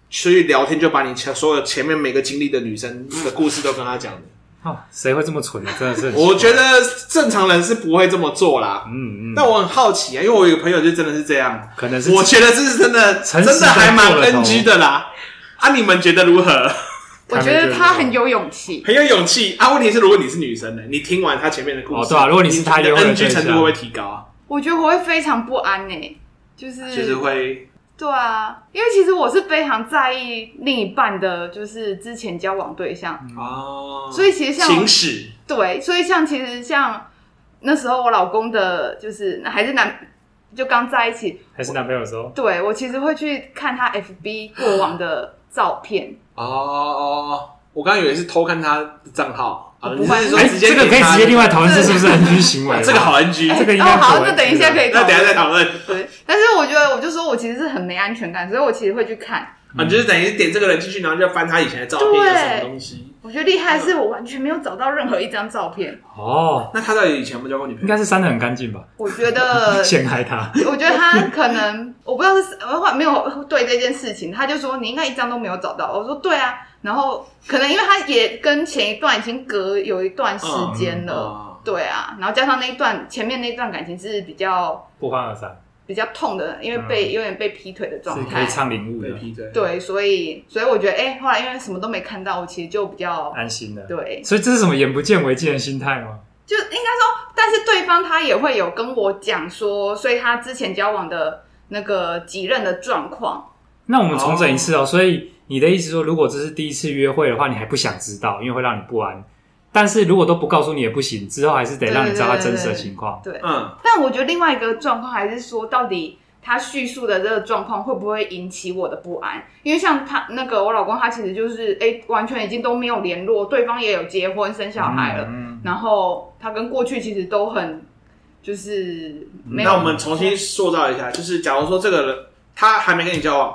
去聊天，就把你前所有前面每个经历的女生的故事都跟他讲的？哦，谁会这么蠢呢？真的是很奇怪，我觉得正常人是不会这么做啦。嗯嗯嗯，但我很好奇啊，因为我有个朋友就真的是这样，可能是我觉得这是真的，诚真实的还蛮地做了头 NG 的啦。啊，你们觉得如何？哦我觉得他很有勇气。很有勇气啊！问题是，如果你是女生呢，你听完他前面的故事，哦对啊如果你是他你的约会的 NG 程度会对象不会提高啊？我觉得我会非常不安呢、就是就是会对啊，因为其实我是非常在意另一半的，就是之前交往对象，嗯哦，嗯所以其实像情史对，所以像其实像那时候我老公的，就是还是男，就刚在一起，还是男朋友的时候，对我其实会去看他 FB 过往的照片，哦哦，我刚刚以为是偷看他的账号啊，不你会是说哎，直接这个可以点他直接另外哎讨论这是不是 NG 行啊为？这个好 NG，这个应该哦，好，不会那等一下可以 那考等虑一下再讨论对，但是我觉得我就说我其实是很没安全感，所以我其实会去看。嗯啊，你就是等于点这个人进去，然后就翻他以前的照片有对什么东西。我觉得厉害的是我完全没有找到任何一张照片，哦，那他到底以前有没有交过女朋应友该？是删的很干净吧？我觉 得。陷害他， 我觉得他可能我不知道是呃没有对这件事情，他就说你应该一张都没有找到。我说对啊，然后可能因为他也跟前一段已经隔有一段时间了，哦对啊，然后加上那一段前面那段感情是比较不欢而散，比较痛的，因为被、有点被劈腿的嗯是状可以态，唱领悟被的，劈腿，对，所以所以我觉得，哎、后来因为什么都没看到，我其实就比较安心的。对，所以这是什么眼不见为净的心态吗？就应该说，但是对方他也会有跟我讲说，所以他之前交往的那个几任的状况，那我们重整一次哦。所以你的意思说，如果这是第一次约会的话，你还不想知道，因为会让你不安。但是如果都不告诉你也不行，之后还是得让你知道他真实的情况。对。嗯，但我觉得另外一个状况还是说，到底他叙述的这个状况会不会引起我的不安？因为像他那个我老公，他其实就是哎、诶完全已经都没有联络，对方也有结婚生小孩了，嗯，然后他跟过去其实都很就是没有。那我们重新塑造一下，就是假如说这个人他还没跟你交往，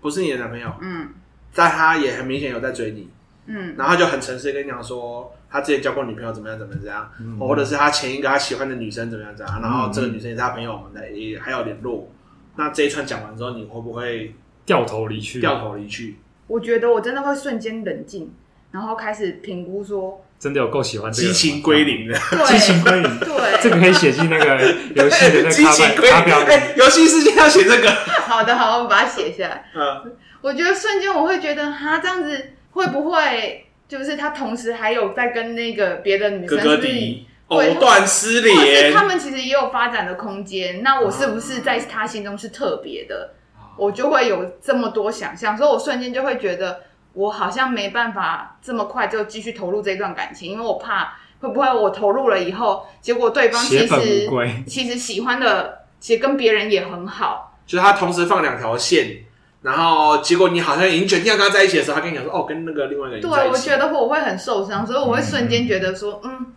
不是你的男朋友，嗯但他也很明显有在追你，嗯然后他就很诚实地跟你讲说，他之前交过女朋友怎么样怎么样怎么样，嗯或者是他前一个他喜欢的女生怎么样怎么样，然后这个女生也是他朋友，我们的也还有联络。那这一串讲完之后，你会不会掉头离去，掉头离去？我觉得我真的会瞬间冷静，然后开始评估 说，真的有够喜欢这个激人吗情归，零的，对激情归零，对，这个可以写进那个游戏的 那激情个归卡表零。卡表里。哎，游戏世界要写这个，好的好，我们把它写下来。嗯，我觉得瞬间我会觉得，哈，这样子会不会就是他同时还有在跟那个别的女哥生哥是弟不是藕断丝或者是连他，们其实也有发展的空间？那我是不是在他心中是特别的？啊我就会有这么多想象，所以我瞬间就会觉得，我好像没办法这么快就继续投入这段感情，因为我怕会不会我投入了以后，结果对方其血本无实归其实喜欢的，其实跟别人也很好，就是他同时放两条线，然后结果你好像已经决定要跟他在一起的时候，他跟你讲说哦，跟那个另外一个人对，在一我起。觉得我会很受伤，所以我会瞬间觉得说，嗯，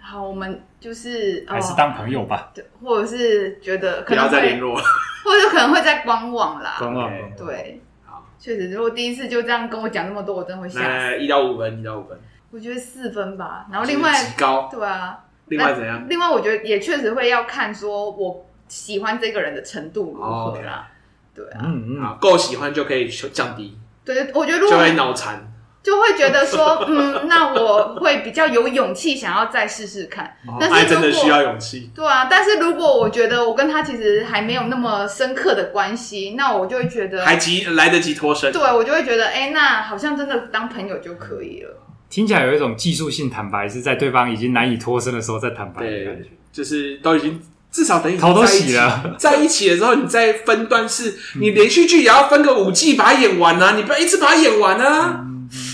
好，我们就是还是哦，当朋友吧。对或者是觉得不可要能再联会，络。或者可能会在观望哦啦。观望 OK 对好，确实，如果第一次就这样跟我讲那么多，我真的会吓死。那一到五分，一到五分。我觉得四分吧，然后另外，极高，对啊，另外怎样？另外我觉得也确实会要看说我喜欢这个人的程度如何哦啦。对啊，嗯嗯，啊，够喜欢就可以降低，对，我觉得如就果会脑残。就会觉得说，嗯，那我会比较有勇气想要再试试看。哦但哦爱是如真果的需要勇气。对啊，但是如果我觉得我跟他其实还没有那么深刻的关系，那我就会觉得，还及来得及脱身。对我就会觉得，哎、那好像真的当朋友就可以了。听起来有一种技术性坦白，是在对方已经难以脱身的时候再坦白的感觉。就是都已经至少等你头都在一洗起了，嗯在一起的时候，你再分段是，你连续剧也要分个五季把它演完啊，你不要一次把它演完啊，嗯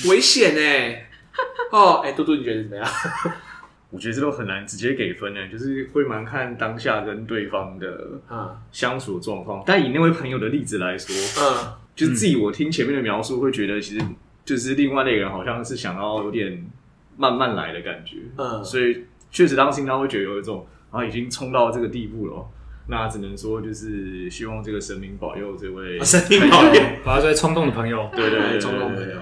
危险哎、 哦，哎、嘟嘟，你觉得怎么样？ 我觉得这都很难直接给分呢，就是会蛮看当下跟对方的嗯相处的状况。但以那位朋友的例子来说，嗯，就是自己我听前面的描述，会觉得其实就是另外那个人好像是想要有点慢慢来的感觉，嗯所以确实当时他会觉得有一种啊已经冲到这个地步了哦，那只能说就是希望这个神明保佑这位，啊神明保佑，我要作为冲动的朋友，啊对对对，冲动朋对对友。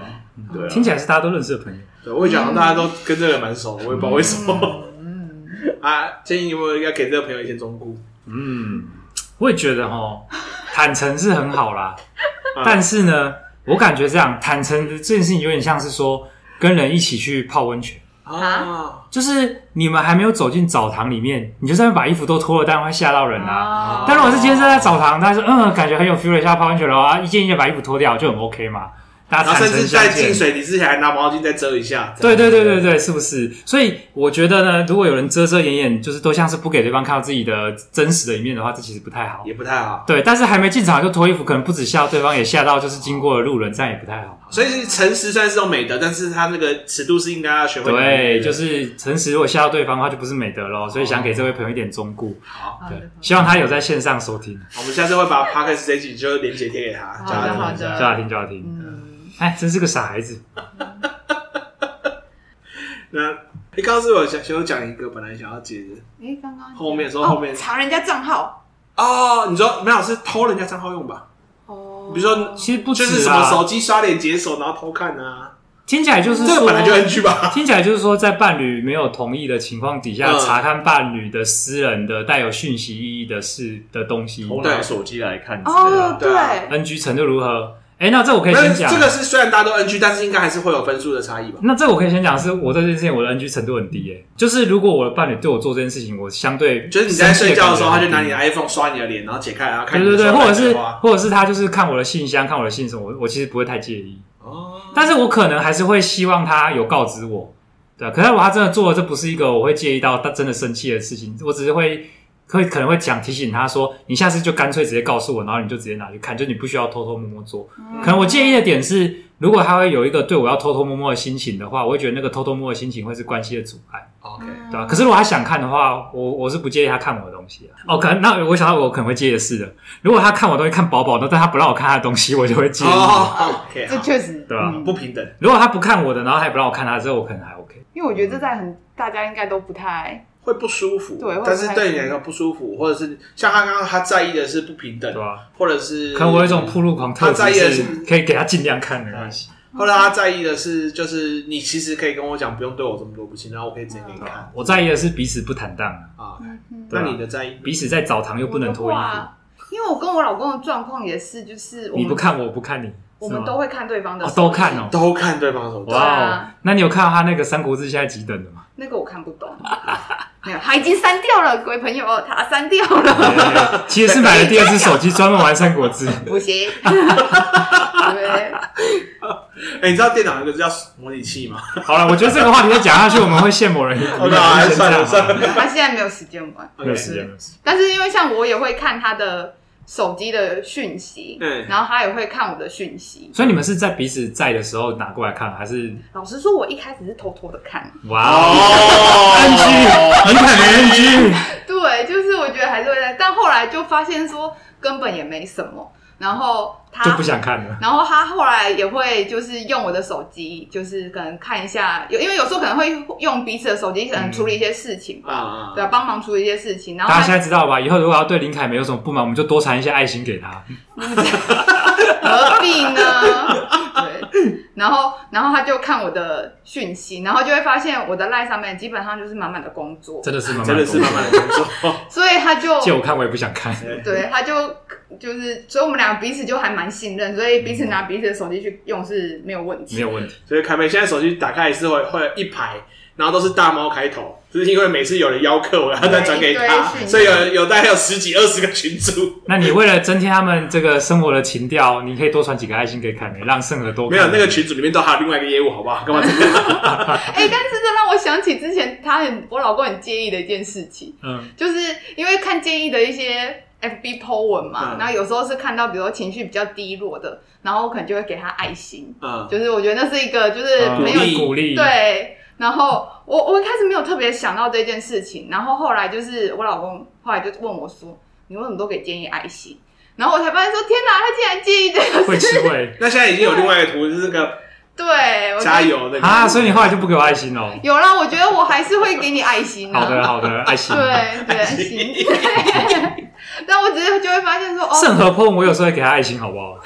对啊听起来是大家都认识的朋友。对，我也想大家都跟这个人蛮熟，我也不知道为什么、嗯， 啊。建议有没有要给这个朋友一些忠告？嗯，我也觉 得哈，坦诚是很好啦，啊但是呢，我感觉这样坦诚的这件事情有点像是说跟人一起去泡温泉。啊，就是你们还没有走进澡堂里面，你就在那边把衣服都脱了，当然会吓到人啊。哦啊但如果是今天是在澡堂，大家说嗯，感觉很有 feel 了一下泡温泉了啊，一件一件把衣服脱掉就很 OK 嘛，大然家后坦甚诚至相在进见。水你之前还拿毛巾再遮一下。对对对对对，是不是？所以我觉得呢，如果有人遮遮掩掩，就是都像是不给对方看到自己的真实的一面的话，这其实不太好。也不太好。对，但是还没进场就脱衣服，可能不止吓到对方，也吓到就是经过的路人，这样也不太好。所以诚实虽然是种美德，但是他那个尺度是应该要学会拿捏对，的。就是诚实，如果吓到对方的话，就不是美德咯。所以想给这位朋友一点忠告，好，好对的，希望他有在线上收听，我们下次会把 podcast 这一集就连接贴给他，好叫的，他听好一下叫的，他听，叫他听。嗯，哎，真是个傻孩子。那你刚刚是我想想讲一个，本来想要接的，哎、刚刚后面说后面哦查人家账号，哦，你说没有是偷人家账号用吧？哦，比如说其实不就是止什么啊，手机刷脸解锁，然后偷看啊，听起来就是这个说本来就 NG 吧？听起来就是说，在伴侣没有同意的情况底下，嗯查看伴侣的私人的带有讯息意义的事的东 西偷嗯拿手机来看之类的哦啊，，对啊对， ，NG 程度如何？哎，那这我可以那先讲这。个是虽然大家都 NG，但是应该还是会有分数的差异吧？那这我可以先讲，是我对这件事情我的 NG 程度很低诶、就是如果我的伴侣对我做这件事情，我相对就是你在睡觉的时候，他生气就拿感你觉的很低 iPhone 刷你的脸，然后解开，然后看对你对的对，手或表者是的话或者是他就是看我的信箱，看我的信什么，我我其实不会太介意，哦，但是我可能还是会希望他有告知我，对啊、可是如果他真的做了，这不是一个我会介意到他真的生气的事情，我只是会会可能会想提醒他说，你下次就干脆直接告诉我，然后你就直接拿去看，就你不需要偷偷摸摸做。嗯可能我介意的点是，如果他会有一个对我要偷偷摸摸的心情的话，我会觉得那个偷偷摸的心情会是关系的阻碍。 OK，嗯对吧、可是如果他想看的话，我我是不介意他看我的东西啊。哦，可能那我想到我可能会介意的是的，如果他看我东西看饱饱的，但他不让我看他的东西，我就会介意，哦，OK，这好确实对吧、啊嗯不平等如果他不看我的，然后还不让我看他的，这我可能还 OK。因为我觉得这在很大家应该都不太会不舒服，对会不但是太对你来说不舒服，或者是像他刚刚他在意的是不平等对，吧、或者是嗯可能我有一种铺路狂特他在质，意的是是可以给他尽量看没关系。后来他在意的是，就是你其实可以跟我讲，不用对我这么多不信，然后我可以直接给你看我在意的是彼此不坦荡，啊。嗯对那啊你的在意，彼此在澡堂又不能脱衣我的服，话因为我跟我老公的状况也是，就是我们你不看我不看你，我是们吗都会看对方的哦手都机看哦。都看对方手机对哇哦啊，那你有看到他那个《三国志》现在几等的吗？ 那个我看不懂，没有，他已经删掉了，各位朋友，他删掉了，对其实是买了第二只手机，专门玩《三国志》。不行。 对， 哎，你知道电脑有个叫模拟器吗？ 好了，我觉得这个话题再讲下去，我们会陷某人啊一股。哦那还是算了算了，他现在没有时间 玩，没有时间，没有时间。但是因为像我也会看他的手机的讯息，嗯然后他也会看我的讯息。所以你们是在彼此在的时候拿过来看，还是老实说，我一开始是偷偷的看，哇哦哦 NG，你可能 NG。对，就是我觉得还是会在，但后来就发现说根本也没什么。然后他就不想看了。然后他后来也会就是用我的手机，就是可能看一下，有因为有时候可能会用彼此的手机，可能处理一些事情吧，啊对啊，帮忙处理一些事情。然后嗯大家他现在知道吧？以后如果要对林凯没有什么不满，我们就多传一些爱心给他。何必呢？啊对，然后然后他就看我的讯息，然后就会发现我的 line 上面基本上就是满满的工作，真的是慢慢真的是慢慢的工作。所以他就借我看，我也不想 看。对，他就就是，所以我们俩彼此就还蛮信任，所以彼此拿彼此的手机去用是没有问题。没有问题，所以凯美现在手机打开也是会会有一排，然后都是大猫开头，就是因为每次有人邀客，我要再转给他对一堆讯，息 所以有有大概有十几二十个群主。那你为了增添他们这个生活的情调，你可以多传几个爱心给凯梅，让圣和多没看有那个群组里面都还有另外一个业务，好不好？干嘛 这个？哎、但是这让我想起之前他很我老公很介意的一件事情，嗯，就是因为看建议的一些 FB po 文嘛，嗯然后有时候是看到比如说情绪比较低落的，然后我可能就会给他爱心，嗯，就是我觉得那是一个就是嗯没有、鼓励鼓励，，对，然后我我一开始没有特别想到这件事情，然后后来就是我老公后来就问我说，你为什么都给建议爱心？然后我才发现说，天哪，他竟然介意这 个，会吃味那现在已经有另外一个图，就是那个对，我觉得加油那个啊，所以你后来就不给我爱心哦。有啦，我觉得我还是会给你爱心、啊。好的，好的，爱心。对对， 行。对 但我只是就会发现说，哦，圣和碰我有时候会给他爱心，好不好？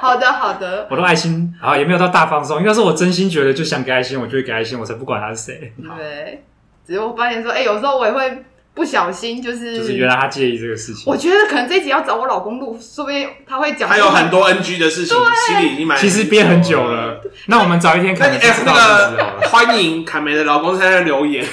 好的好的，我都爱心，啊，也没有到大放松，应该是我真心觉得就想给爱心，我就会给爱心，我才不管他是谁。对。只是我发现说，哎、有时候我也会不小心，就是就是原来他介意这个事情嗯我。觉得可能这一集要找我老公录，说不定他会讲。他有很多 NG 的事情，心里已经蛮其实憋很久了。，嗯那我们早一天可那能你就哎，知道那这个好个了。欢迎凯梅的老公在那留言，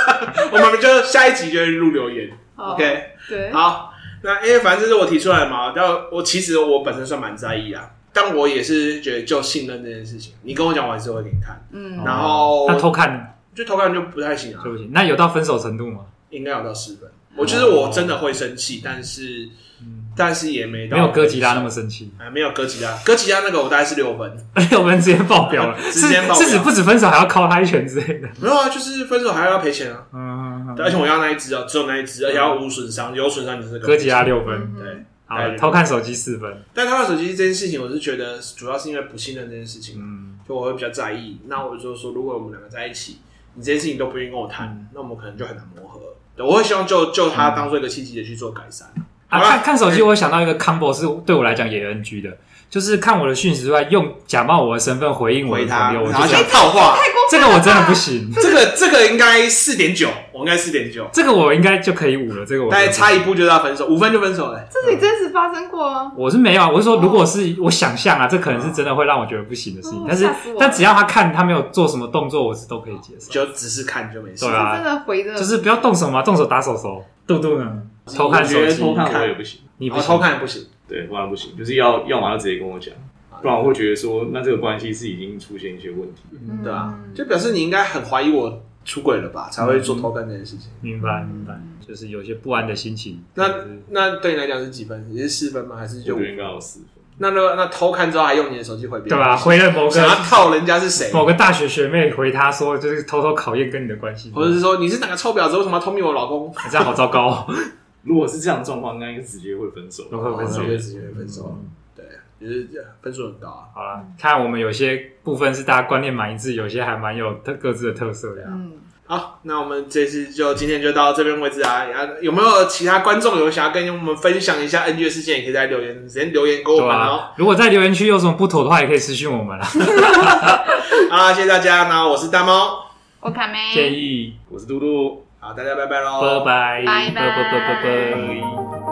我们就下一集就会录留言。哦 OK，对，好，那因为反正这是我提出来的嘛，但我其实我本身算蛮在意啊，但我也是觉得就信任这件事情，你跟我讲，我还是会给你看，嗯，然后那偷看就偷看就不太行啊对，不起，那有到分手程度吗？应该有到十分。我就是我真的会生气，但是嗯但是也没到没有哥吉拉那么生气， 啊，没有哥吉拉，哥吉拉那个我大概是六分，我们 直接爆表了，直接爆表是是指不止分手还要敲他一拳之类的。没有啊，就是分手还要赔钱啊，嗯，而且我要那一只啊，只有那一只，而且要无损伤，有损伤你就是哥吉拉六。六分，嗯哼对，好对，偷看手机四分。但他的手机这件事情，我是觉得主要是因为不信任这件事情，嗯，就我会比较在意。那我就说，如果我们两个在一起，你这件事情都不愿意跟我谈，那我们可能就很难磨合。对，我会希望就就他当做一个契机的去做改善。啊，好啦看看手机，我想到一个 combo 是对我来讲也 NG 的，就是看我的讯息之外，用假冒我的身份回应我的朋友，我然后就想讲套话，太过这分了个吧我真的不行，这个这个应该四点九，我应该四点九，这个我应该就可以五了，这个我大概差一步就要分手，五分就分手了、这是你真实发生过哦吗？我是没有啊，我是说，如果是我想象啊，这可能是真的会让我觉得不行的事情哦。但是吓死我，了但只要他看他没有做什么动作，我是都可以接受。就只是看就没事。对啊是真的回的，就是不要动手嘛，动手打手手。杜杜呢？偷看手我觉得机，偷看我也不行，你不我行哦偷，看不行，对，不然不行，就是要要么就直接跟我讲，不然我会觉得说，那这个关系是已经出现一些问题。嗯对啊，就表示你应该很怀疑我出轨了吧，才会做偷看这件事情。明白明白，就是有些不安的心情。那就是那对你来讲是几分？也是四分吗？还是我觉就五得？应该有四分。那那那偷看之后还用你的手机回别人？对啊吧？回了某想要个套人家是谁？某个大学学妹回他说，就是偷偷考验跟你的关系，或者是说你是哪个臭婊子？为什么要偷密我老公？这样好糟糕 哦，如果是这样的状况，应该是直接会分手。都会分手直。接直接分手，对，啊就是分数很高啊。好啦，看我们有些部分是大家观念蛮一致，有些还蛮有特各自的特色的啊。嗯，好，那我们这次就今天就到这边为止啊。啊，有没有其他观众有想要跟我们分享一下 NG 的事件，也可以在留言直接留言给我对们哦。啊，如果在留言区有什么不妥的话，也可以私信我们啦。嗯好啦，啊谢谢大家。那我是大猫，我卡没建议，我是嘟嘟。好，大家拜拜喽，拜拜，拜拜拜拜拜拜。